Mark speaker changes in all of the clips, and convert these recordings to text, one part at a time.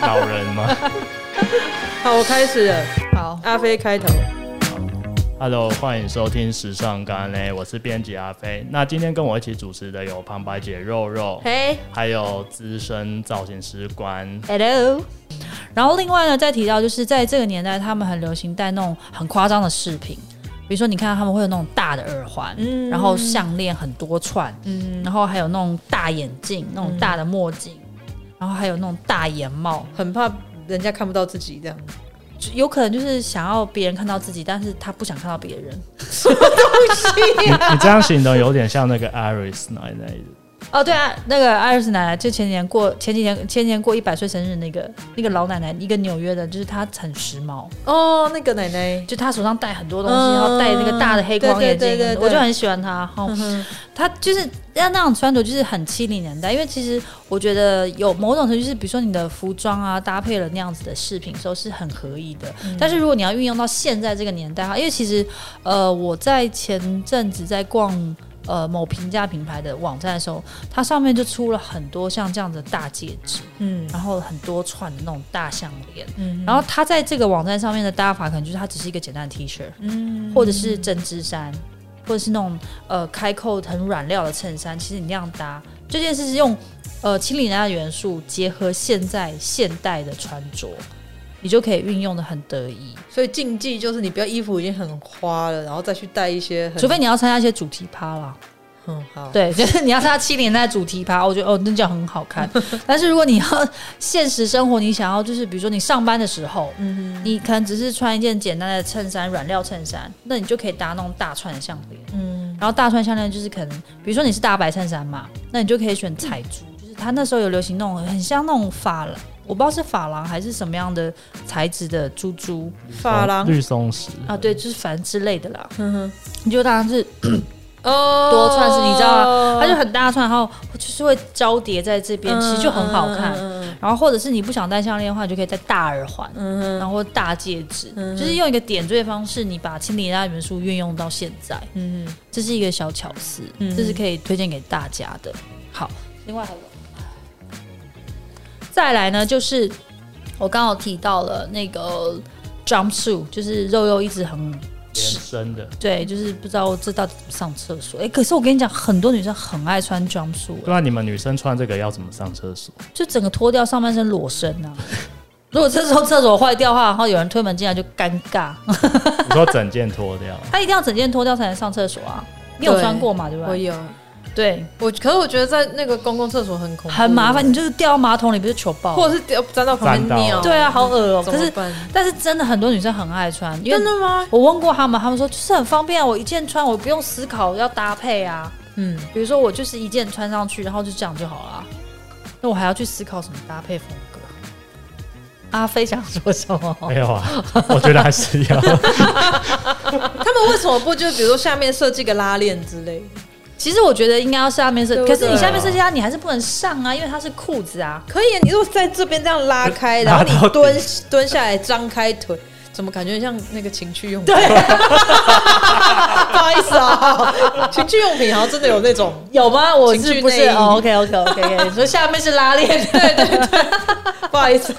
Speaker 1: 老人吗
Speaker 2: 好，我开始了，
Speaker 3: 好，
Speaker 2: 阿飞开头。
Speaker 1: ？Hello，欢迎收听《时尚干嘞》，我是编辑阿飞。那今天跟我一起主持的有旁白姐肉肉，
Speaker 3: 嘿、
Speaker 1: 还有资深造型师 官
Speaker 3: h e l l o 然后另外呢，再提到就是在这个年代，他们很流行戴那种很夸张的饰品，比如说你看到他们会有那种大的耳环，
Speaker 2: 嗯
Speaker 3: 然后项链很多串，
Speaker 2: 嗯，
Speaker 3: 然后还有那种大眼镜、那种大的墨镜，然后还有那种大眼帽，
Speaker 2: 很怕人家看不到自己这样。
Speaker 3: 就有可能就是想要别人看到自己，但是他不想看到别人。
Speaker 1: 你你这样形容有点像那个 Iris 奶奶的，
Speaker 3: 哦，对啊，那个艾瑞斯奶奶就前几年过前几年前几年过一百岁生日那个那个老奶奶，一个纽约的，就是她很时髦，
Speaker 2: 哦，那个奶奶，
Speaker 3: 就她手上戴很多东西，
Speaker 2: 嗯
Speaker 3: 然后戴那个大的黑框眼镜，
Speaker 2: 对对对对对嗯
Speaker 3: 我就很喜欢她。哦
Speaker 2: 哼
Speaker 3: 她就是要那种穿着就是很七零年代，因为其实我觉得有某种程度就是，比如说你的服装啊搭配了那样子的饰品的时候是很合意的。
Speaker 2: 嗯
Speaker 3: 但是如果你要运用到现在这个年代哈，因为其实呃我在前阵子在逛。呃，某平价品牌的网站的时候，它上面就出了很多像这样的大戒指，
Speaker 2: 嗯
Speaker 3: 然后很多串的那种大项链，
Speaker 2: 嗯
Speaker 3: 然后它在这个网站上面的搭法，可能就是它只是一个简单的 T 恤，
Speaker 2: 嗯
Speaker 3: 或者是针织衫，或者是那种呃开扣很软料的衬衫，其实你那样搭，这件事是用呃清理那的元素结合现在现代的穿着，你就可以运用的很得意。
Speaker 2: 所以禁忌就是你不要衣服已经很花了，然后再去带一些很，
Speaker 3: 除非你要参加一些主题趴啦，
Speaker 2: 嗯好，
Speaker 3: 对，就是你要参加七零年代主题趴，我觉得哦那这样很好 看。但是如果你要现实生活，你想要就是比如说你上班的时候，
Speaker 2: 嗯
Speaker 3: 你可能只是穿一件简单的衬衫、软料衬衫，那你就可以搭那种大串的项链。
Speaker 2: 哼嗯
Speaker 3: 然后大串项链就是可能，比如说你是大白衬衫嘛，那你就可以选彩珠，就是它那时候有流行那种很像那种珐琅，我不知道是珐琅还是什么样的材质的珠珠
Speaker 2: 发廊
Speaker 1: 哦绿松石
Speaker 3: 啊，对，就是反正之类的啦。
Speaker 2: 嗯哼
Speaker 3: 你就当然是
Speaker 2: 哦
Speaker 3: 多串是你知道啊它就
Speaker 2: 很
Speaker 3: 很大串，然后就是会交叠在这边，其实就很好看。
Speaker 2: 嗯
Speaker 3: 然后或者是你不想戴项链的话，你就可以戴大耳环。
Speaker 2: 嗯
Speaker 3: 然后或大戒指，
Speaker 2: 嗯
Speaker 3: 就是用一个点缀方式，你把清理拉元素运用到现在，
Speaker 2: 嗯哼
Speaker 3: 这是一个小巧思，
Speaker 2: 嗯
Speaker 3: 这是可以推荐给大家的。好，另外还有，再来呢，就是我刚好提到了那个 jumpsuit，就是肉肉一直很
Speaker 1: 连身的，
Speaker 3: 对，就是不知道这到底怎么上厕所。哎、可是我跟你讲，很多女生很爱穿 jumpsuit，
Speaker 1: 对啊，你们女生穿这个要怎么上厕所？
Speaker 3: 就整个脱掉上半身裸身啊。如果这时候厕所坏掉的话，然后有人推门进来就尴尬。
Speaker 1: 你说整件脱掉，
Speaker 2: 哦
Speaker 3: 他一定要整件脱掉才能上厕所啊！你有
Speaker 2: 对
Speaker 3: 穿过嘛？对
Speaker 2: 嗯
Speaker 3: 不
Speaker 2: 我
Speaker 3: 对？
Speaker 2: 有
Speaker 3: 对，
Speaker 2: 我，可是我觉得在那个公共厕所很恐怖，
Speaker 3: 很麻烦，你就是掉到马桶里，不是糗爆？
Speaker 2: 或者是掉粘到旁
Speaker 1: 粘
Speaker 2: 边
Speaker 1: 到
Speaker 2: 尿，
Speaker 3: 对啊，好恶哦、
Speaker 2: 怎
Speaker 3: 可
Speaker 2: 么
Speaker 3: 是，
Speaker 2: 办，
Speaker 3: 但是真的很多女生很爱穿，因
Speaker 2: 真
Speaker 3: 为
Speaker 2: 的吗？
Speaker 3: 我问过他们，他们说就是很方便啊，我一件穿，我不用思考要搭配啊。
Speaker 2: 嗯，
Speaker 3: 比如说我就是一件穿上去，然后就这样就好了。那我还要去思考什么搭配风格？阿飞想说什么？
Speaker 1: 没有 啊？我觉得还是要。
Speaker 2: 他们为什么不就比如说下面设计个拉链之类？
Speaker 3: 其实我觉得应该要下面设
Speaker 2: 对，不
Speaker 3: 可
Speaker 2: 对
Speaker 3: 是你下面设计它，啊你还是不能上啊，因为它是裤子啊。
Speaker 2: 可以啊，你如果在这边这样拉 开，然
Speaker 1: 拉
Speaker 2: 后
Speaker 1: 到底
Speaker 2: 你蹲蹲下来，张开腿，怎么感觉像那个情趣用品？对， 不好意思啊，情趣用品好像真的有那种，
Speaker 3: 有吗？我
Speaker 2: 情
Speaker 3: 是
Speaker 2: 趣
Speaker 3: 不是、
Speaker 2: 内衣
Speaker 3: 哦、？OK OK OK OK，你说下面是拉链，
Speaker 2: 不好意思，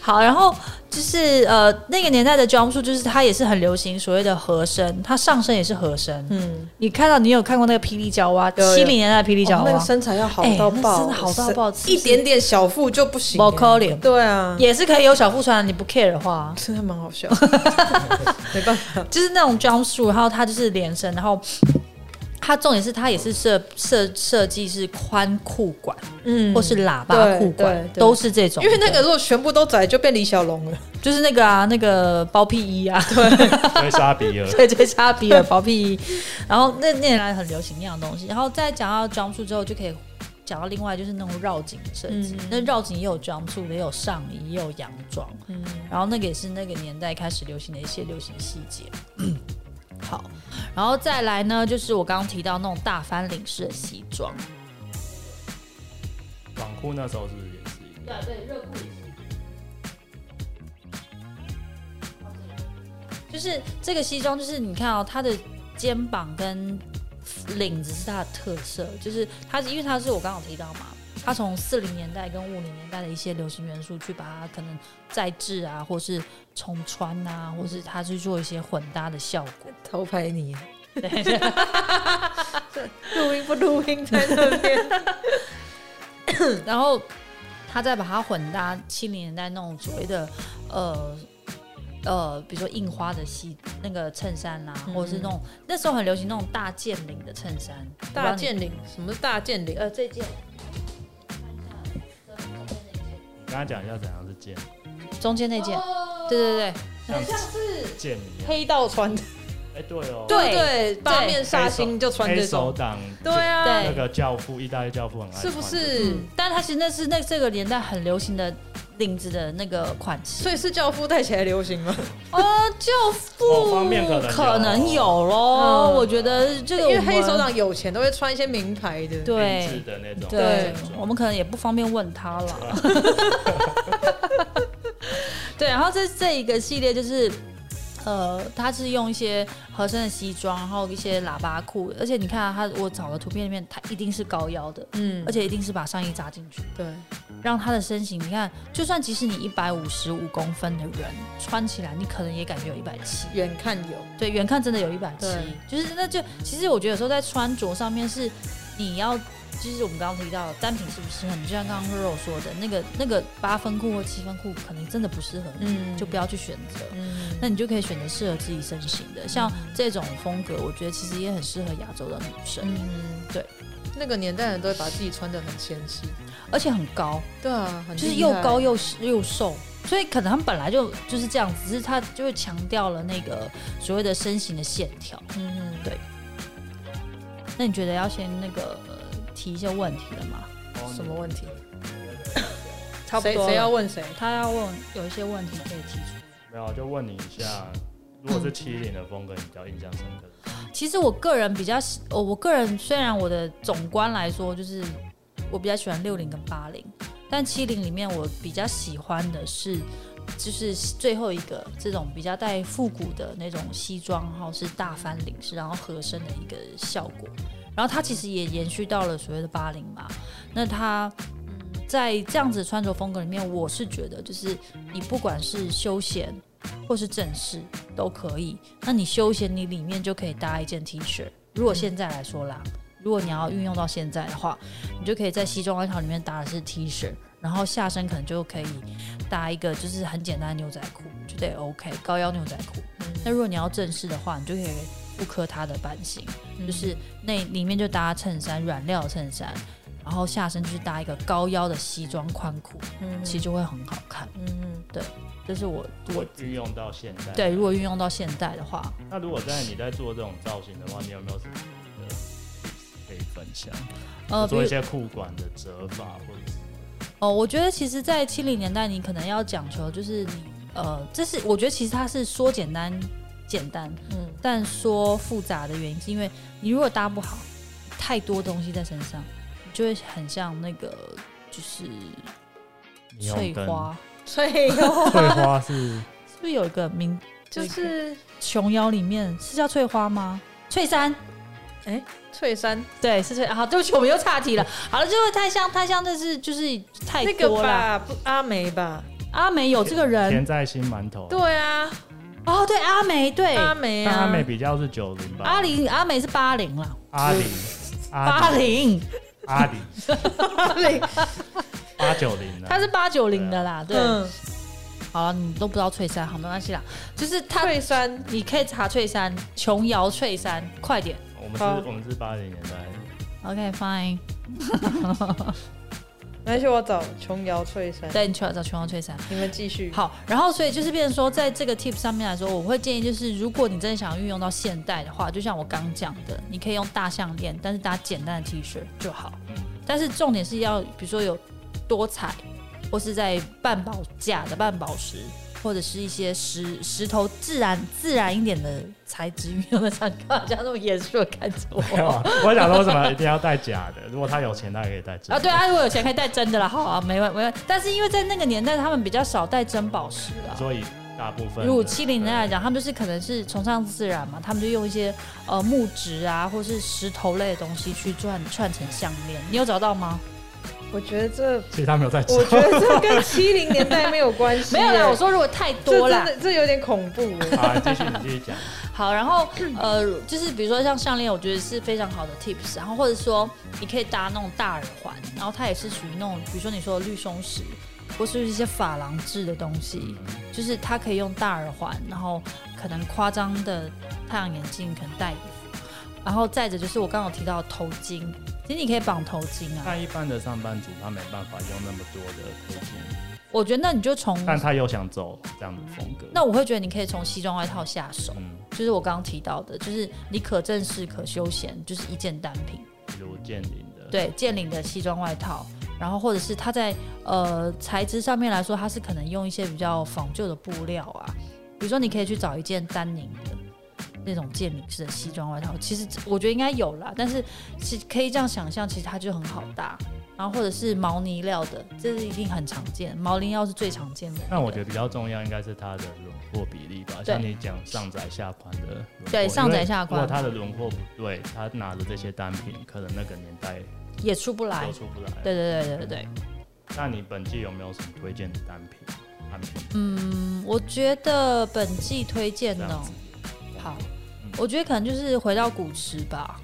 Speaker 3: 好，然后就是呃那个年代的 jumpsuit，就是它也是很流行所谓的合身，它上身也是合身。
Speaker 2: 嗯，
Speaker 3: 你看到你有看过那个霹雳娇娃，
Speaker 2: 有有
Speaker 3: 七零年代的霹雳娇
Speaker 2: 哦那
Speaker 3: 娃、
Speaker 2: 个身材要好
Speaker 3: 啊哎
Speaker 2: 到
Speaker 3: 那
Speaker 2: 爆，
Speaker 3: 真的好到爆
Speaker 2: 一点点小腹就不行、欸
Speaker 3: 不可能
Speaker 2: 对啊，
Speaker 3: 也是可以有小腹穿，你不 care 的话，
Speaker 2: 真的蛮好笑，没办法，
Speaker 3: 就是那种 jumpsuit，然后它就是连身，然后它重点是它也是设设设计是宽裤管、
Speaker 2: 嗯
Speaker 3: 或是喇叭裤
Speaker 2: 对，
Speaker 3: 管
Speaker 2: 对对
Speaker 3: 都是这种
Speaker 2: 因
Speaker 3: 的，
Speaker 2: 为那个如果全部都窄，就变李小龙了。
Speaker 3: 就是那个啊那个包屁衣啊，
Speaker 1: 追杀比尔，
Speaker 3: 对，追杀比尔包屁衣，然后那那年来很流行那样的东西，然后再讲到 jumpsuit 之后，就可以讲到另外就是那种绕颈设计，
Speaker 2: 嗯
Speaker 3: 那绕颈也有 jumpsuit 的，也有上衣，也有洋装，
Speaker 2: 嗯
Speaker 3: 然后那个也是那个年代开始流行的一些流行细 节。好，然后再来呢，就是我刚刚提到那种大翻领式的西装，
Speaker 1: 短裤那时候是不是也是一个？
Speaker 3: 就是这个西装，就是你看哦，它的肩膀跟领子是它的特色，就是它是因为它是我刚刚有提到嘛，它从四零年代跟五零年代的一些流行元素去把它可能再制啊，或是重穿啊，或是它去做一些混搭的效果。
Speaker 2: 偷拍你。 录音不录音在那边，
Speaker 3: 然后他再把它混搭七零年代那种所谓的呃呃，比如说印花的西那个衬衫啦、
Speaker 2: 嗯
Speaker 3: 或者是那种那时候很流行那种大剑领的衬衫，
Speaker 2: 大剑领什么是大剑
Speaker 3: 我不知道你
Speaker 2: 领？
Speaker 3: 呃这件
Speaker 1: 你刚刚讲一下怎样是剑
Speaker 3: 中间那件，
Speaker 2: 哦
Speaker 3: 对对对，
Speaker 2: 哎
Speaker 1: 很像
Speaker 2: 是
Speaker 1: 剑一样。
Speaker 2: 黑道穿的，
Speaker 1: 哎，对哦，
Speaker 2: 对
Speaker 3: 对
Speaker 2: 对，八
Speaker 3: 对
Speaker 2: 面煞星就穿
Speaker 1: 黑
Speaker 2: 这
Speaker 1: 手
Speaker 2: 种，
Speaker 1: 党，
Speaker 2: 对啊，
Speaker 3: 对
Speaker 1: 那个教父，意大利教父很爱穿
Speaker 2: 是
Speaker 1: 这
Speaker 2: 不
Speaker 1: 个，
Speaker 2: 是？
Speaker 3: 嗯，但它其实那是那这个年代很流行的领子的那个款式
Speaker 2: 所以是教父带起来流行吗？
Speaker 3: 哦，教
Speaker 1: 某
Speaker 3: 父
Speaker 1: 方面可能有
Speaker 3: 可能有咯，
Speaker 2: 嗯
Speaker 3: 我觉得这个
Speaker 2: 因为
Speaker 3: 我们
Speaker 2: 黑手党有钱都会穿一些名牌的，
Speaker 3: 对
Speaker 1: 定制的那种
Speaker 3: 对
Speaker 2: 对，
Speaker 3: 我们可能也不方便问他 了。对，然后这这一个系列就是。呃，它是用一些合身的西装，然后一些喇叭裤，而且你看、啊、它，我找的图片里面，它一定是高腰的，
Speaker 2: 嗯
Speaker 3: 而，且一定是把上衣扎进去，
Speaker 2: 对，
Speaker 3: 让它的身形，你看，就算即使你一百五十五公分的人穿起来，你可能也感觉有一百七，
Speaker 2: 远看有，
Speaker 3: 对，远看真的有一百七
Speaker 2: 对，
Speaker 3: 就是那就其实我觉得有时候在穿着上面是你要，就是我们刚刚提到的单品适不适合你，就像刚刚 Roro 说的那个那个八分裤或七分裤，可能真的不适合你，
Speaker 2: 嗯
Speaker 3: 就不要去选择。
Speaker 2: 嗯，
Speaker 3: 那你就可以选择适合自己身形的，像这种风格，我觉得其实也很适合亚洲的女生，
Speaker 2: 嗯，
Speaker 3: 对，
Speaker 2: 那个年代人都会把自己穿的很纤细，
Speaker 3: 而且很高，
Speaker 2: 对啊，很
Speaker 3: 就是
Speaker 2: 厉
Speaker 3: 又
Speaker 2: 害
Speaker 3: 高又又瘦，所以可能他们本来就就是这样子，只是他就会强调了那个所谓的身形的线条。
Speaker 2: 嗯
Speaker 3: 对那你觉得要先那个、呃提一些问题了吗？
Speaker 1: 哦
Speaker 2: 什么问题？
Speaker 3: 差不
Speaker 2: 谁
Speaker 3: 多了
Speaker 2: 谁要问谁？
Speaker 3: 他要问有一些问题可以提出。
Speaker 1: 没有，就问你一下，如果是七零的风格，你比较印象深刻的？
Speaker 3: 其实我个人比较喜，哦我我个人虽然我的总观来说就是我比较喜欢六零跟八零，但七零里面我比较喜欢的是。就是最后一个这种比较带复古的那种西装，然后是大翻领式，然后合身的一个效果。然后它其实也延续到了所谓的八零嘛。那它嗯，在这样子的穿着风格里面，我是觉得就是你不管是休闲或是正式都可以。那你休闲你里面就可以搭一件 T 恤，如果现在来说啦。如果你要运用到现在的话，你就可以在西装外套里面搭的是 T 恤，然后下身可能就可以搭一个就是很简单的牛仔裤，就得 OK 高腰牛仔裤。
Speaker 2: 嗯
Speaker 3: 那如果你要正式的话，你就可以复刻它的版型，就是那里面就搭衬衫，软料衬衫，然后下身就是搭一个高腰的西装宽裤，
Speaker 2: 嗯
Speaker 3: 其实就会很好看。
Speaker 2: 嗯
Speaker 3: 这是我我
Speaker 1: 我运用到现在。
Speaker 3: 对，如果运用到现代的话，
Speaker 1: 那如果在你在做这种造型的话，你有没有什么的 tips 可以分享？
Speaker 3: 呃，比
Speaker 1: 做
Speaker 3: 如
Speaker 1: 一些裤管的折法，或者是
Speaker 3: 哦，我觉得其实，在七零年代，你可能要讲求就是你呃，这是我觉得其实它是说简单简单，
Speaker 2: 嗯
Speaker 3: 但说复杂的原因是因为你如果搭不好，太多东西在身上，你就会很像那个就是
Speaker 1: 你
Speaker 3: 翠
Speaker 1: 用跟
Speaker 3: 花，
Speaker 2: 所以 哦
Speaker 1: 翠花是
Speaker 3: 是不是有一个名
Speaker 2: 就是
Speaker 3: 琼瑶里面是叫翠花吗？翠山。
Speaker 2: 翠山
Speaker 3: 对，是翠啊，好对不起，我们又岔 题了。好了，就是太像太像，但是就是太
Speaker 2: 那个
Speaker 3: 多了。
Speaker 2: 吧，不阿梅吧？
Speaker 3: 阿美有这个人
Speaker 1: 甜在心馒头。
Speaker 2: 对啊，
Speaker 3: 哦，对，阿美对，
Speaker 2: 阿梅
Speaker 1: 但
Speaker 2: 啊，
Speaker 1: 阿美比较是九零吧，
Speaker 3: 阿玲阿美是八零啦，
Speaker 1: 阿里
Speaker 3: 八
Speaker 1: 阿里
Speaker 3: 零，
Speaker 1: 阿里
Speaker 2: 阿梅，
Speaker 1: 八九零
Speaker 3: 她
Speaker 1: 啊，
Speaker 3: 是八九零的啦。 对，
Speaker 2: 嗯，
Speaker 3: 好了，你都不知道翠山，好，没关系啦。就是她，
Speaker 2: 翠山
Speaker 3: 你可以查翠山，琼瑶翠山，快点。
Speaker 1: 我们是
Speaker 2: 好
Speaker 1: 我们是八零年代。
Speaker 3: OK fine，
Speaker 2: 没关系，我找琼瑶翠山，
Speaker 3: 对，你去找琼瑶翠山。
Speaker 2: 你们继续。
Speaker 3: 好，然后所以就是变成说，在这个 tip 上面来说，我会建议就是，如果你真的想要运用到现代的话，就像我刚讲的，你可以用大项链，但是搭简单的 T 恤就好。
Speaker 1: 嗯，
Speaker 3: 但是重点是要，比如说有多彩，或是在半宝假的半宝石，或者是一些石石头自然自然一点的材质运用在上。干嘛这样那么严肃的看着我？
Speaker 1: 没有啊，我想说为什么一定要戴假的？如果他有钱，他也可以戴真
Speaker 3: 啊，
Speaker 1: 的。
Speaker 3: 对啊，如果有钱可以戴真的啦，好啊，没问没问。但是因为在那个年代，他们比较少戴真宝石啦。
Speaker 1: 所以大部分
Speaker 3: 如果
Speaker 1: 的
Speaker 3: 七零年代啊来讲，他们就是可能是崇尚自然嘛，他们就用一些呃木质啊，或是石头类的东西去串串成项链。你有找到吗？
Speaker 2: 我觉得这，
Speaker 4: 所以他没有在吃
Speaker 2: 我。觉得这跟七零年代没有关系
Speaker 3: 没
Speaker 2: 耶。
Speaker 3: 有啦，我说如果太多
Speaker 2: 这
Speaker 3: 啦
Speaker 2: 真，的这有点恐 怖 耶。
Speaker 4: 好，继续你继续讲。
Speaker 3: 好，然后呃，就是比如说像项链，我觉得是非常好的 tips，然后或者说你可以搭那种大耳环，然后它也是属于那种，比如说你说的绿松石，或是一些珐琅质的东西，就是它可以用大耳环，然后可能夸张的太阳眼镜，可能戴衣服，然后再者就是我刚刚有提到的头巾，其实你可以绑头巾啊，
Speaker 1: 但一般的上班族他没办法用那么多的头巾，
Speaker 3: 我觉得那你就从
Speaker 1: 但他又想走这样的风格。
Speaker 3: 那我会觉得你可以从西装外套下手，
Speaker 1: 嗯，
Speaker 3: 就是我刚刚提到的，就是你可正式可休闲，就是一件单品。
Speaker 1: 比如剑灵的，，
Speaker 3: 对剑领的西装外套，然后或者是它在呃材质上面来说，它是可能用一些比较仿旧的布料啊，比如说你可以去找一件丹宁的那种剑领式的西装外套，其实我觉得应该有啦，但是其实可以这样想象，其实它就很好搭。然后或者是毛呢料的，这是一定很常见，毛呢料是最常见的。
Speaker 1: 但我觉得比较重要应该是它的轮廓比例吧，像你讲上窄下宽的轮廓，
Speaker 3: 对上窄下宽
Speaker 1: 因为如果它的轮廓不对，他拿的这些单品可能那个年代
Speaker 3: 也出不来
Speaker 1: 都。出不来。
Speaker 3: 对对对对对对。
Speaker 1: 那你本季有没有什么推荐的单品？单品
Speaker 3: 嗯我觉得本季推荐
Speaker 1: 这
Speaker 3: 呢
Speaker 1: 样子，嗯
Speaker 3: 好，我觉得可能就是回到古驰吧，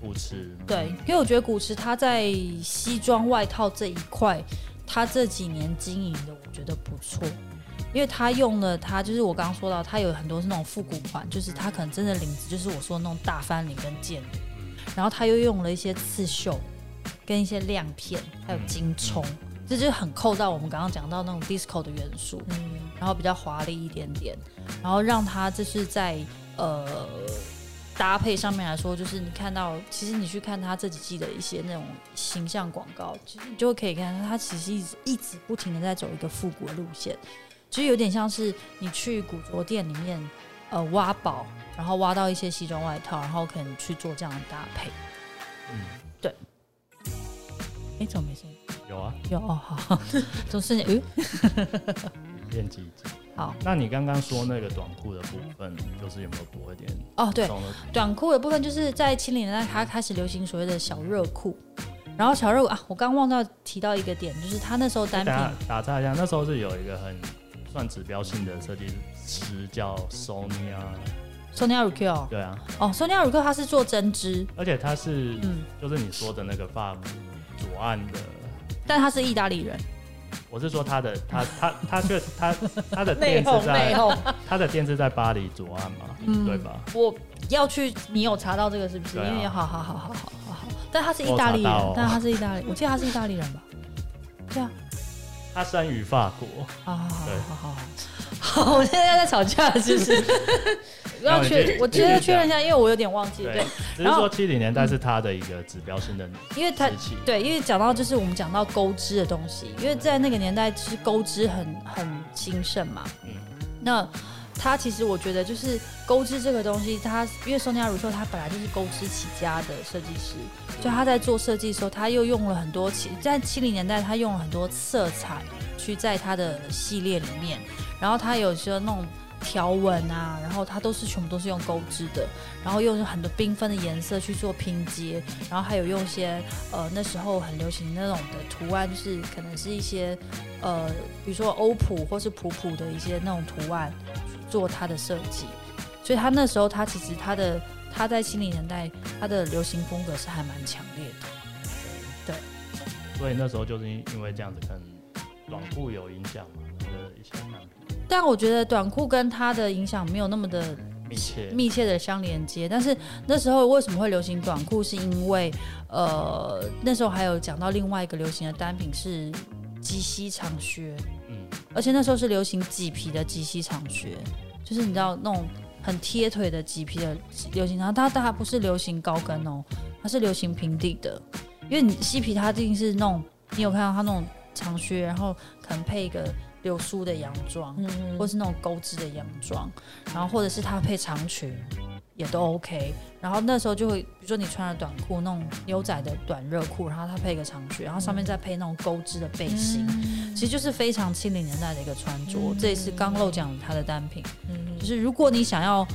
Speaker 1: 不吃，
Speaker 3: 对，因为我觉得古驰它在西装外套这一块，它这几年经营的我觉得不错，因为它用了它就是我刚刚说到，它有很多是那种复古款，就是它可能真的领子就是我说的那种大翻领跟剑领，然后它又用了一些刺绣跟一些亮片，还有金冲，这就是很扣到我们刚刚讲到那种 disco 的元素。
Speaker 2: 嗯，
Speaker 3: 然后比较华丽一点点，然后让它就是在呃搭配上面来说，就是你看到，其实你去看它这几季的一些那种形象广告，其实你就可以看到它其实一直一直不停的在走一个复古的路线，其实有点像是你去古着店里面呃挖宝，然后挖到一些西装外套，然后可能去做这样的搭配。
Speaker 1: 嗯，
Speaker 3: 哎，怎么没声音？
Speaker 1: 有啊，
Speaker 3: 有哦，好， 总是嗯，
Speaker 1: 练几集。
Speaker 3: 好
Speaker 1: 那你刚刚说那个短裤的部分，就是有没有多一点？
Speaker 3: 哦，对，
Speaker 1: 懂了，
Speaker 3: 短裤的部分就是在七零年代它开始流行所谓的小热裤，然后小热裤啊，我刚忘到提到一个点，就是它那时候单
Speaker 1: 等
Speaker 3: 品
Speaker 1: 下打岔一下，那时候是有一个很算指标性的设计师叫 Sonia，
Speaker 3: Sonia Rucco 哦
Speaker 1: 对啊，
Speaker 3: 哦，Sonia Rucco 它是做针织，
Speaker 1: 而且他是、
Speaker 3: 嗯，
Speaker 1: 就是你说的那个发左岸的，
Speaker 3: 但他是意大利人，
Speaker 1: 我是说他的 他他他确他他的
Speaker 2: 内
Speaker 1: 店
Speaker 2: 讧
Speaker 1: 是
Speaker 2: 内
Speaker 1: 在
Speaker 2: 讧，
Speaker 1: 他的店是在巴黎左岸嘛，
Speaker 3: 嗯
Speaker 1: 对吧？
Speaker 3: 我要去，你有查到这个是不是？
Speaker 1: 对啊
Speaker 3: 因为好好好好好好好，但他是意大利人，
Speaker 1: 我有查到哦
Speaker 3: 但他是意大利，我记得他是意大利人吧？对啊，
Speaker 1: 他生于法国，
Speaker 3: 好好好
Speaker 1: 对
Speaker 3: 好好好，好，我现在在吵架了，是不是？我
Speaker 1: 那
Speaker 3: 要
Speaker 1: 我们继
Speaker 3: 确，
Speaker 1: 续
Speaker 3: 我觉
Speaker 1: 继
Speaker 3: 得
Speaker 1: 续
Speaker 3: 确认一下，因为我有点忘记，对
Speaker 1: 对，，只是
Speaker 3: 然后
Speaker 1: 说七零年代是他的一个指标性的
Speaker 3: 因为他
Speaker 1: 时期，
Speaker 3: 对，因为讲到就是我们讲到钩织的东西，因为在那个年代，就是钩织很很兴盛嘛。
Speaker 1: 嗯
Speaker 3: 那它其实我觉得就是钩织这个东西，它因为宋家如说他本来就是钩织起家的设计师，所以他在做设计的时候，他又用了很多其在七零年代，他用了很多色彩去在他的系列里面，然后他有些那种条纹啊，然后它都是全部都是用钩织的，然后用很多缤纷的颜色去做拼接，然后还有用一些呃那时候很流行那种的图案，就是可能是一些呃比如说欧普或是普普的一些那种图案去做它的设计，所以他那时候他其实他的他在七零年代他的流行风格是还蛮强烈的。
Speaker 1: 所以那时候就是因因为这样子，可能短裤有影响嘛，那个一些产品
Speaker 3: 但我觉得短裤跟它的影响没有那么的
Speaker 1: 密切。
Speaker 3: 密切的相连接。但是那时候为什么会流行短裤，是因为呃那时候还有讲到另外一个流行的单品是及膝长靴，
Speaker 1: 嗯，
Speaker 3: 而且那时候是流行麂皮的及膝长靴，就是你知道那种很贴腿的麂皮的流行，然后它它不是流行高跟哦，它是流行平底的，因为你嬉皮它一定是那种你有看到它那种长靴，然后可能配一个流苏的洋装，
Speaker 2: 嗯
Speaker 3: 或是那种钩织的洋装，然后或者是它配长裙也都 OK。然后那时候就会，比如说你穿了短裤，那种牛仔的短热裤，然后它配一个长裙，然后上面再配那种钩织的背心，其实就是非常七零年代的一个穿着。
Speaker 2: 嗯
Speaker 3: 这也是刚漏讲它的单品，
Speaker 2: 嗯
Speaker 3: 就是如果你想要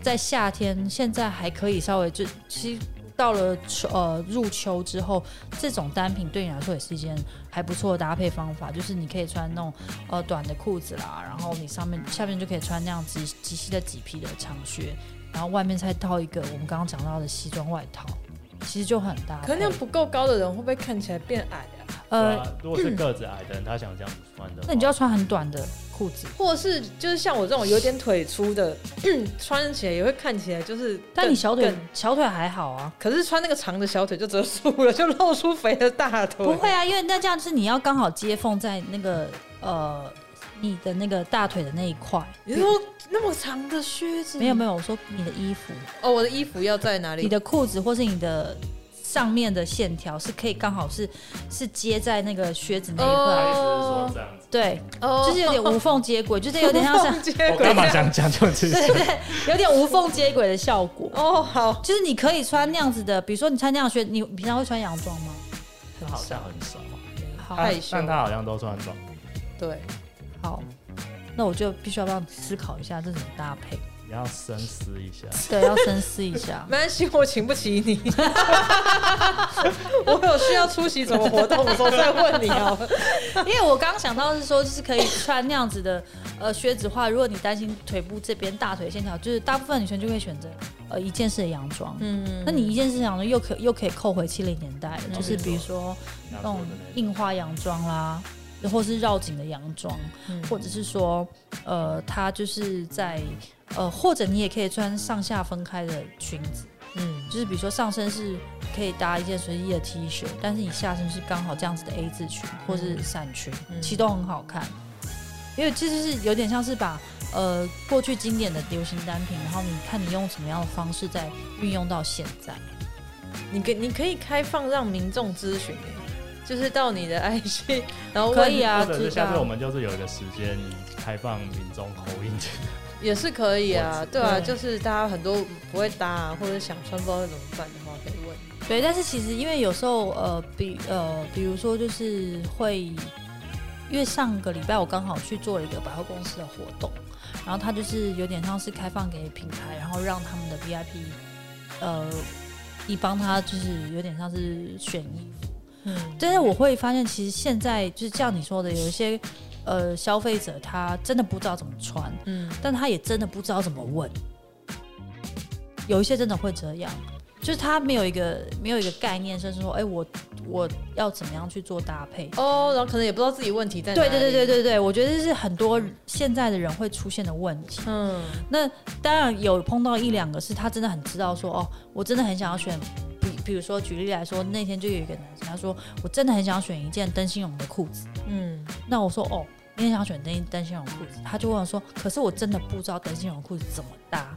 Speaker 3: 在夏天，现在还可以稍微就其实。到了秋呃入秋之后，这种单品对你来说也是一件还不错的搭配方法，就是你可以穿那种呃短的裤子啦，然后你上面下面就可以穿那样及及膝的几皮的长靴，然后外面再套一个我们刚刚讲到的西装外套，其实就很搭配。
Speaker 2: 可那样不够高的人会不会看起来变矮啊？
Speaker 1: 对
Speaker 3: 呃，
Speaker 1: 啊，如果是个子矮的人，他想这样子穿的话，
Speaker 3: 那你就要穿很短的裤子。
Speaker 2: 或是就是像我这种有点腿粗的，嗯穿起来也会看起来就是更，
Speaker 3: 但你小腿
Speaker 2: 更
Speaker 3: 小腿还好啊，
Speaker 2: 可是穿那个长的小腿就遮住了，就露出肥的大腿。
Speaker 3: 不会啊，因为那这样是你要刚好接缝在那个呃你的那个大腿的那一块。
Speaker 2: 你说那么长的靴子？
Speaker 3: 没有没
Speaker 2: 有。
Speaker 3: 有，我说你的衣服、
Speaker 2: 哦，我的衣服要在嗯哪里？
Speaker 3: 你的裤子或是你的上面的线条是可以刚好是是接在那个靴子那一块。
Speaker 1: 他意思是说这样子。
Speaker 3: 对，
Speaker 2: 哦
Speaker 3: 就是有点无缝 接轨，就是有点像是，
Speaker 2: 接
Speaker 1: 我哦
Speaker 2: 轨
Speaker 1: 干嘛想讲这种事
Speaker 3: 对
Speaker 1: 情？
Speaker 3: 对对，有点无缝接轨的效果。
Speaker 2: 哦，好，
Speaker 3: 就是你可以穿那样子的，比如说你穿那样的靴，你平常会穿洋装吗？
Speaker 1: 他好像很少，
Speaker 3: 好
Speaker 1: 他
Speaker 2: 害羞
Speaker 1: 但他好像都穿短。
Speaker 2: 对，
Speaker 3: 好，那我就必须要帮你思考一下这怎么搭配，
Speaker 1: 你要深思一下，
Speaker 3: 对，要深思一下。
Speaker 2: 没关系，我请不起 你。我有需要出席什么活动的时候再问你哦。
Speaker 3: 因为我刚刚想到的是说，就是可以穿那样子的呃靴子的话，如果你担心腿部这边大腿线条，就是大部分女生就会选择呃一件式的洋装。
Speaker 2: 嗯，
Speaker 3: 那你一件式洋装又可又可以扣回七零年代了，就是比如说那种印花洋装啦，或是绕颈的洋装，
Speaker 2: 嗯
Speaker 3: 或者是说呃它就是在呃或者你也可以穿上下分开的裙子。
Speaker 2: 嗯
Speaker 3: 就是比如说上身是可以搭一件随意的 T 恤，但是你下身是刚好这样子的 A 字裙或是伞裙，
Speaker 2: 嗯
Speaker 3: 其实都很好看。因为这就是有点像是把呃过去经典的流行单品，然后你看你用什么样的方式在运用到现在。
Speaker 2: 你可你可以开放让民众咨询耶，就是到你的 IG，然后问
Speaker 3: 可以啊，
Speaker 1: 或者是
Speaker 3: 知
Speaker 1: 下次我
Speaker 3: 道。
Speaker 1: 们就是有一个时间开放民众口音，
Speaker 2: 也是可以啊，对啊，
Speaker 3: 对
Speaker 2: 就是大家很多不会搭啊，或者想穿不知道该怎么办的话，可以问。
Speaker 3: 对，但是其实因为有时候呃，比呃，比如说就是会，因为上个礼拜我刚好去做了一个百货公司的活动，然后它就是有点像是开放给品牌，然后让他们的 VIP 呃，一帮他就是有点像是选衣服。
Speaker 2: 嗯，
Speaker 3: 但是我会发现，其实现在就是像你说的，有一些呃消费者他真的不知道怎么穿，
Speaker 2: 嗯，
Speaker 3: 但他也真的不知道怎么问。有一些真的会这样，就是他没有一个没有一个概念，甚至说，哎、我我要怎么样去做搭配？
Speaker 2: 哦，然后可能也不知道自己问题在哪
Speaker 3: 对
Speaker 2: 里。
Speaker 3: 对对对对对，我觉得这是很多现在的人会出现的问题。
Speaker 2: 嗯，
Speaker 3: 那当然有碰到一两个是他真的很知道说，哦，我真的很想要选，比比如说举例来说，那天就有一个男生他说，我真的很想选一件灯芯绒的裤子。
Speaker 2: 嗯
Speaker 3: 那我说哦，你很想选灯灯芯绒裤子，他就问我说，可是我真的不知道灯芯绒裤子怎么搭。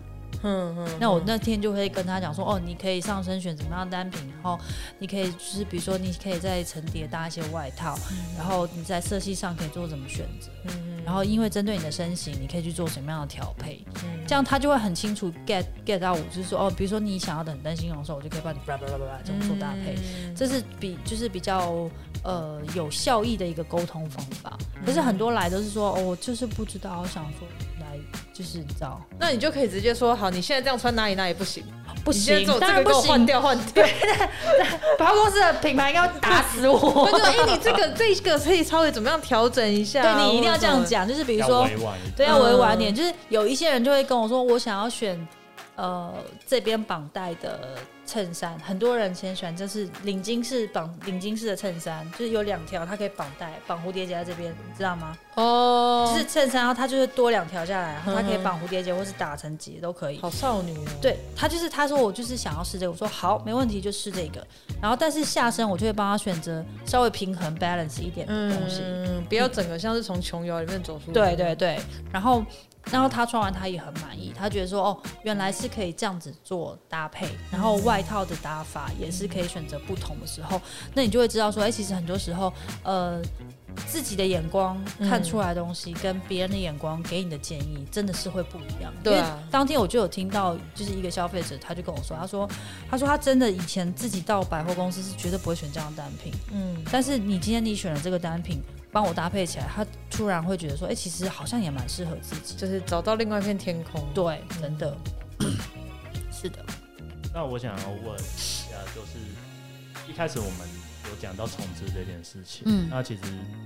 Speaker 2: 嗯嗯，
Speaker 3: 那我那天就会跟他讲说，哦，你可以上身选怎么样的单品，然后你可以就是比如说你可以在层叠搭一些外套，然后你在色系上可以做怎么选择，
Speaker 2: 嗯
Speaker 3: 然后因为针对你的身形，你可以去做什么样的调配，
Speaker 2: 嗯
Speaker 3: 这样他就会很清楚 get get 到我，就是说哦，比如说你想要的很灯芯绒的时候，我就可以帮你叭叭叭叭叭怎么做搭配。
Speaker 2: 嗯
Speaker 3: 这是比就是比较呃有效益的一个沟通方法。可是很多来都是说，哦，我就是不知道，我想说来就是你知道
Speaker 2: 那你就可以直接说，好，你现在这样穿哪里哪里不 行，
Speaker 3: 不
Speaker 2: 你现在
Speaker 3: 行
Speaker 2: 只有，
Speaker 3: 当
Speaker 2: 这
Speaker 3: 然
Speaker 2: 个
Speaker 3: 不
Speaker 2: 给我换
Speaker 3: 行。
Speaker 2: 掉 换掉。
Speaker 3: 百货公司的品牌应该要打死我
Speaker 2: 或。者哎，你这个这个可以稍微怎么样调整一下？ 啊
Speaker 3: 对你一定要
Speaker 2: 或者
Speaker 3: 这
Speaker 2: 什么
Speaker 3: 样。讲，就是比如
Speaker 1: 要
Speaker 3: 说，
Speaker 1: 委婉一点。
Speaker 3: 对，要
Speaker 2: 嗯
Speaker 3: 委婉一点。就是有一些人就会跟我说，我想要选呃这边绑带的衬衫。很多人先选就是领巾式绑领巾式的衬衫，就是有两条，它可以绑带绑蝴蝶结在这边，你知道吗？
Speaker 2: 哦，
Speaker 3: 就是衬衫，然后它就是多两条下来，然后它可
Speaker 2: 嗯
Speaker 3: 以
Speaker 2: 哼
Speaker 3: 绑蝴蝶结或是打成结都可以。
Speaker 2: 好少女哦。
Speaker 3: 对他就是他说我就是想要试这个，我说好，没问题就试这个。然后但是下身我就会帮他选择稍微平衡 balance 一点的东西。
Speaker 2: 嗯，不要整个像是从琼瑶里面走出来。
Speaker 3: 对对对，然后然后他穿完他也很满意，他觉得说哦原来是可以这样子做搭配，然后外套的搭法也是可以选择不同的时候，那你就会知道说哎、其实很多时候呃。自己的眼光看出来的东西，跟别人的眼光给你的建议，真的是会不一样。
Speaker 2: 对啊
Speaker 3: 因为当天我就有听到，就是一个消费者，他就跟我说，他说，他说他真的以前自己到百货公司是绝对不会选这样的单品，
Speaker 2: 嗯，
Speaker 3: 但是你今天你选了这个单品，帮我搭配起来，他突然会觉得说，哎、其实好像也蛮适合自己。
Speaker 2: 就是找到另外一片天空。
Speaker 3: 嗯对，真的，是的。
Speaker 1: 那我想要问下，就是一开始我们有讲到重置这件事情，
Speaker 3: 嗯
Speaker 1: 那其实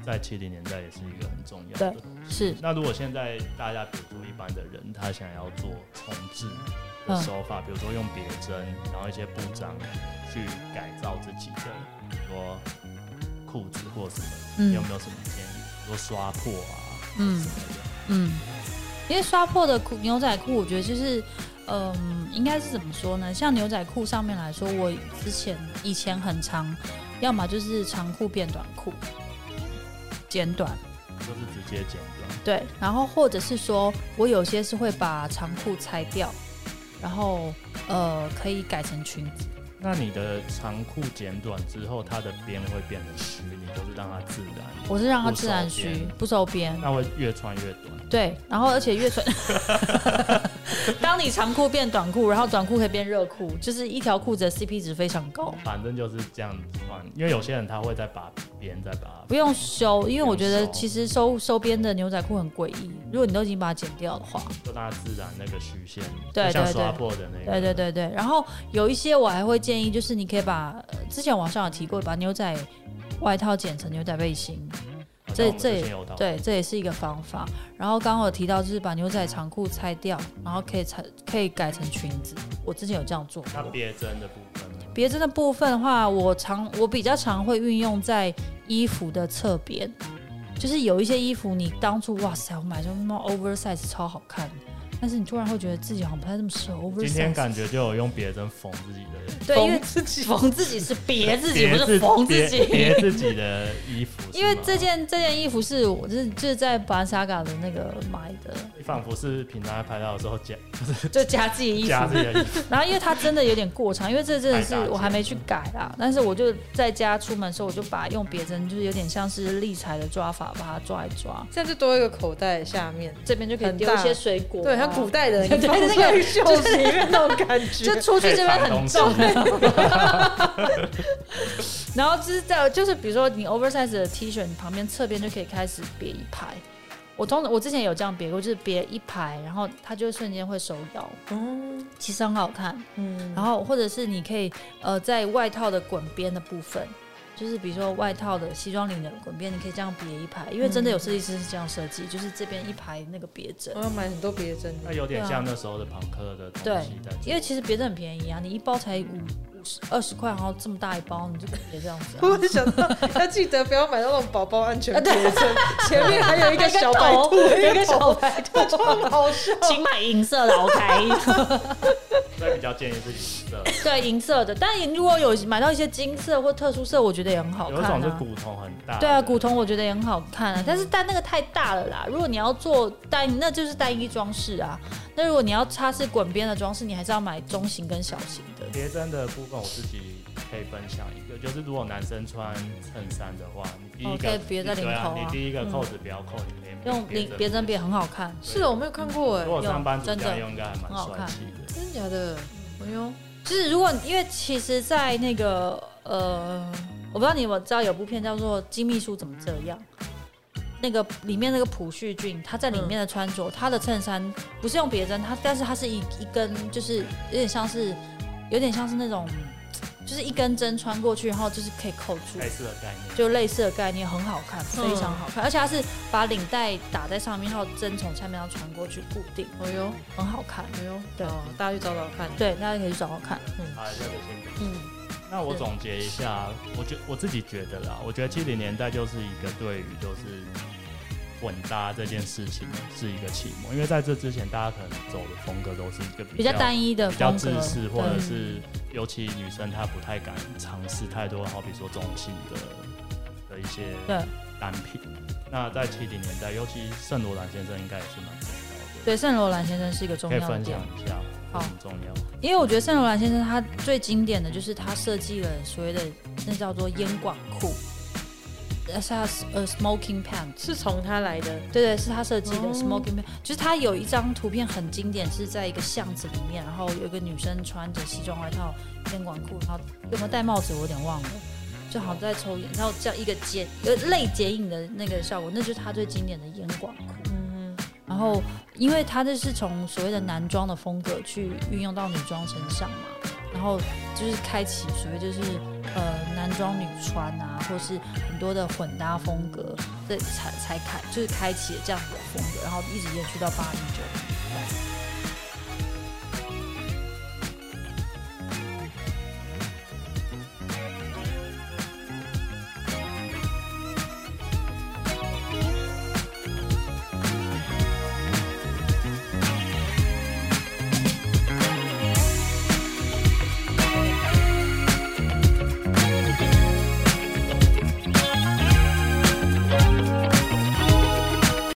Speaker 1: 在七零年代也是一个很重要的
Speaker 3: 对。 是
Speaker 1: 那如果现在大家，比如说一般的人，他想要做重置
Speaker 3: 嗯
Speaker 1: 的手法，比如说用别针，然后一些布章去改造自己的，比如说裤子或什么，
Speaker 3: 嗯
Speaker 1: 你有没有什么建议？比如说刷破啊，
Speaker 3: 嗯
Speaker 1: 什么的。
Speaker 3: 嗯，因为刷破的裤牛仔裤，我觉得就是，嗯，应该是怎么说呢？像牛仔裤上面来说，我之前以前很长，要么就是长裤变短裤，剪短，
Speaker 1: 就是直接剪断。
Speaker 3: 对，然后或者是说我有些是会把长裤拆掉，然后呃可以改成裙子，
Speaker 1: 那你的长裤剪短之后，它的边会变得虚，你就是让它自然，
Speaker 3: 我是让它
Speaker 1: 不收
Speaker 3: 自然
Speaker 1: 边哦
Speaker 3: 虚，不收边，
Speaker 1: 那会越穿越短。
Speaker 3: 对，然后而且 越穿，当你长裤变短裤，然后短裤可以变热裤，就是一条裤子的 CP 值非常高，
Speaker 1: 反正就是这样穿，因为有些人他会再把边再把
Speaker 3: 不用修，因为我觉
Speaker 1: 不
Speaker 3: 得
Speaker 1: 用收
Speaker 3: 其实收收边的牛仔裤很诡异，如果你都已经把它剪掉的话，
Speaker 1: 就让它自然那个虚线，
Speaker 3: 对
Speaker 1: 就像
Speaker 3: 对对
Speaker 1: 刷破的那个，
Speaker 3: 对对，对对。然后有一些我还会建议，就是你可以把、呃之前网上有提过，把牛仔外套剪成牛仔背心，这这也
Speaker 1: 也有道理。
Speaker 3: 对，这也是一个方法。然后刚刚有提到，就是把牛仔长裤拆掉，然后可以拆可以改成裙子，我之前有这样做
Speaker 1: 那
Speaker 3: 过。
Speaker 1: 别针的部分呢？
Speaker 3: 别针的部分的话，我常我比较常会运用在衣服的侧边，就是有一些衣服你当初哇塞，我买这么 oversize 超好看，但是你突然会觉得自己好像不太那么适合 oversize。
Speaker 1: 今天感觉就有用别针缝自己的，
Speaker 3: 对，因为
Speaker 2: 自己
Speaker 3: 缝自己是别自己，不
Speaker 1: 别
Speaker 3: 是缝自
Speaker 1: 别
Speaker 3: 己。
Speaker 1: 别自己的衣服是吗，
Speaker 3: 因为这件这件衣服是我就是就是在巴萨嘎的那个买 的，
Speaker 1: 仿佛是平常在拍照的时候夹
Speaker 3: 就夹自己衣服
Speaker 1: 夹。自己的衣服，
Speaker 3: 然后因为它真的有点过长，因为这真的是
Speaker 1: 太大件
Speaker 3: 我还没去改啦。但是我就在家出门的时候，我就把用别针，就是有点像是立裁的抓法，把它抓一抓，
Speaker 2: 现在就多一个口袋下面，
Speaker 3: 这边就可以
Speaker 2: 很
Speaker 3: 丢
Speaker 2: 大
Speaker 3: 一些水果啊、
Speaker 2: 对，像古 代的人
Speaker 3: 对
Speaker 2: 放
Speaker 3: 那个
Speaker 2: 在袖子里面那种感觉，
Speaker 3: 就 出去这边
Speaker 1: 可以
Speaker 3: 很
Speaker 1: 藏
Speaker 3: 重
Speaker 1: 东。
Speaker 3: 然后就是在就是比如说你 oversize 的 T 恤，你旁边侧边就可以开始别一排。我通我之前有这样别过，就是别一排，然后它就瞬间会收腰，
Speaker 2: 哦
Speaker 3: 其实很好看。
Speaker 2: 嗯，
Speaker 3: 然后或者是你可以呃在外套的滚边的部分，就是比如说外套的西装领的滚边，你可以这样别一排，因为真的有
Speaker 2: 嗯
Speaker 3: 设计师是这样设计，就是这边一排那个别针
Speaker 2: 我。要买很多别针
Speaker 1: 那有点像那时候的朋克的东
Speaker 3: 对
Speaker 1: 西的，
Speaker 3: 因为其实别针很便宜啊，你一包才五五十二十块，然后这么大一包，你就别这样子、啊。
Speaker 2: 我想到 要记得不要买到那种宝宝安全
Speaker 3: 啊
Speaker 2: 别
Speaker 3: 对
Speaker 2: 针，前面还有一个
Speaker 3: 还有一个
Speaker 2: 小白 兔，
Speaker 3: 头有一个小
Speaker 2: 白兔，超好笑。
Speaker 3: 请买银色的 OK，
Speaker 1: 所以比较建议是银色。
Speaker 3: 对银色的。但你如果有买到一些金色或特殊色，我觉得也很好
Speaker 1: 有一
Speaker 3: 看、
Speaker 1: 种
Speaker 3: 啊。
Speaker 1: 是骨头很大的，
Speaker 3: 对啊，古铜我觉得也很好看啊，但是但那个太大了啦。如果你要做单，那就是单一装饰啊。那如果你要擦拭滚边的装饰，你还是要买中型跟小型的。
Speaker 1: 别针的部分，我自己可以分享一个，就是如果男生穿衬衫的话，你第一
Speaker 3: 哦
Speaker 1: 个
Speaker 3: 可以别在领口啊
Speaker 1: 对你第一个扣子不要扣，你可以
Speaker 3: 用
Speaker 1: 领
Speaker 3: 别别针别很好看，
Speaker 2: 是的，我没有看过哎
Speaker 1: 如，果上班族
Speaker 3: 有
Speaker 1: 这
Speaker 3: 真
Speaker 1: 样
Speaker 3: 的
Speaker 1: 用，应该还蛮
Speaker 3: 很好
Speaker 1: 帅
Speaker 3: 哦看
Speaker 1: 气的。
Speaker 2: 真的假的？哎呦，
Speaker 3: 就是如果因为其实，在那个呃，我不知道你有没有知道有部片叫做《金秘书怎么这样》，那个里面那个朴叙俊他在里面的穿着，他的衬衫不是用别针，他但是他是一一根就是有点像是有点像是那种就是一根针穿过去，然后就是可以扣住
Speaker 1: 类。似的概念，
Speaker 3: 就类似的概念，很好看，
Speaker 2: 哎嗯
Speaker 3: 非常好看，而且它是把领带打在上面，然后针从下面要穿过去固定，
Speaker 2: 哎呦，
Speaker 3: 很好看。
Speaker 2: 哎呦，
Speaker 3: 对
Speaker 2: 好，大家去找找看。
Speaker 3: 对，大家可以去找找看。
Speaker 1: 好，这个先不
Speaker 2: 嗯，
Speaker 1: 那我总结一下，我觉我自己觉得啦，我觉得七零年代就是一个对于就是混搭这件事情是一个启蒙，因为在这之前，大家可能走的风格都是一个
Speaker 3: 比较单一的
Speaker 1: 比较
Speaker 3: 风
Speaker 1: 自
Speaker 3: 格，
Speaker 1: 私，或者
Speaker 3: 对
Speaker 1: 是尤其女生她不太敢尝试太多，好比说中性的的一些
Speaker 3: 对
Speaker 1: 单品。那在七零年代，尤其圣罗兰先生应该也是蛮重要的，
Speaker 3: 对，圣罗兰先生是一个重
Speaker 1: 可以
Speaker 3: 要的
Speaker 1: 分
Speaker 3: 点
Speaker 1: 享，一下，
Speaker 3: 好
Speaker 1: 很重要。
Speaker 3: 因为我觉得圣罗兰先生他最经典的就是他设计了所谓的那叫做烟管裤，呃，是他呃 smoking pants。
Speaker 2: 是从他来的。
Speaker 3: 对对，是他设计的
Speaker 2: 哦
Speaker 3: smoking pants，、就是他有一张图片很经典，是在一个巷子里面，然后有一个女生穿着西装外套、烟管裤，然后有没有戴帽子，我有点忘了，就好像在抽烟，然后这样一个剪呃类剪影的那个效果，那就是他最经典的烟管裤。
Speaker 2: 嗯，
Speaker 3: 然后，因为他这是从所谓的男装的风格去运用到女装身上嘛，然然后就是开启所谓就是呃男装女穿啊，或是很多的混搭风格，这才才开就是开启了这样子的风格，然后一直延续到八零九零年代。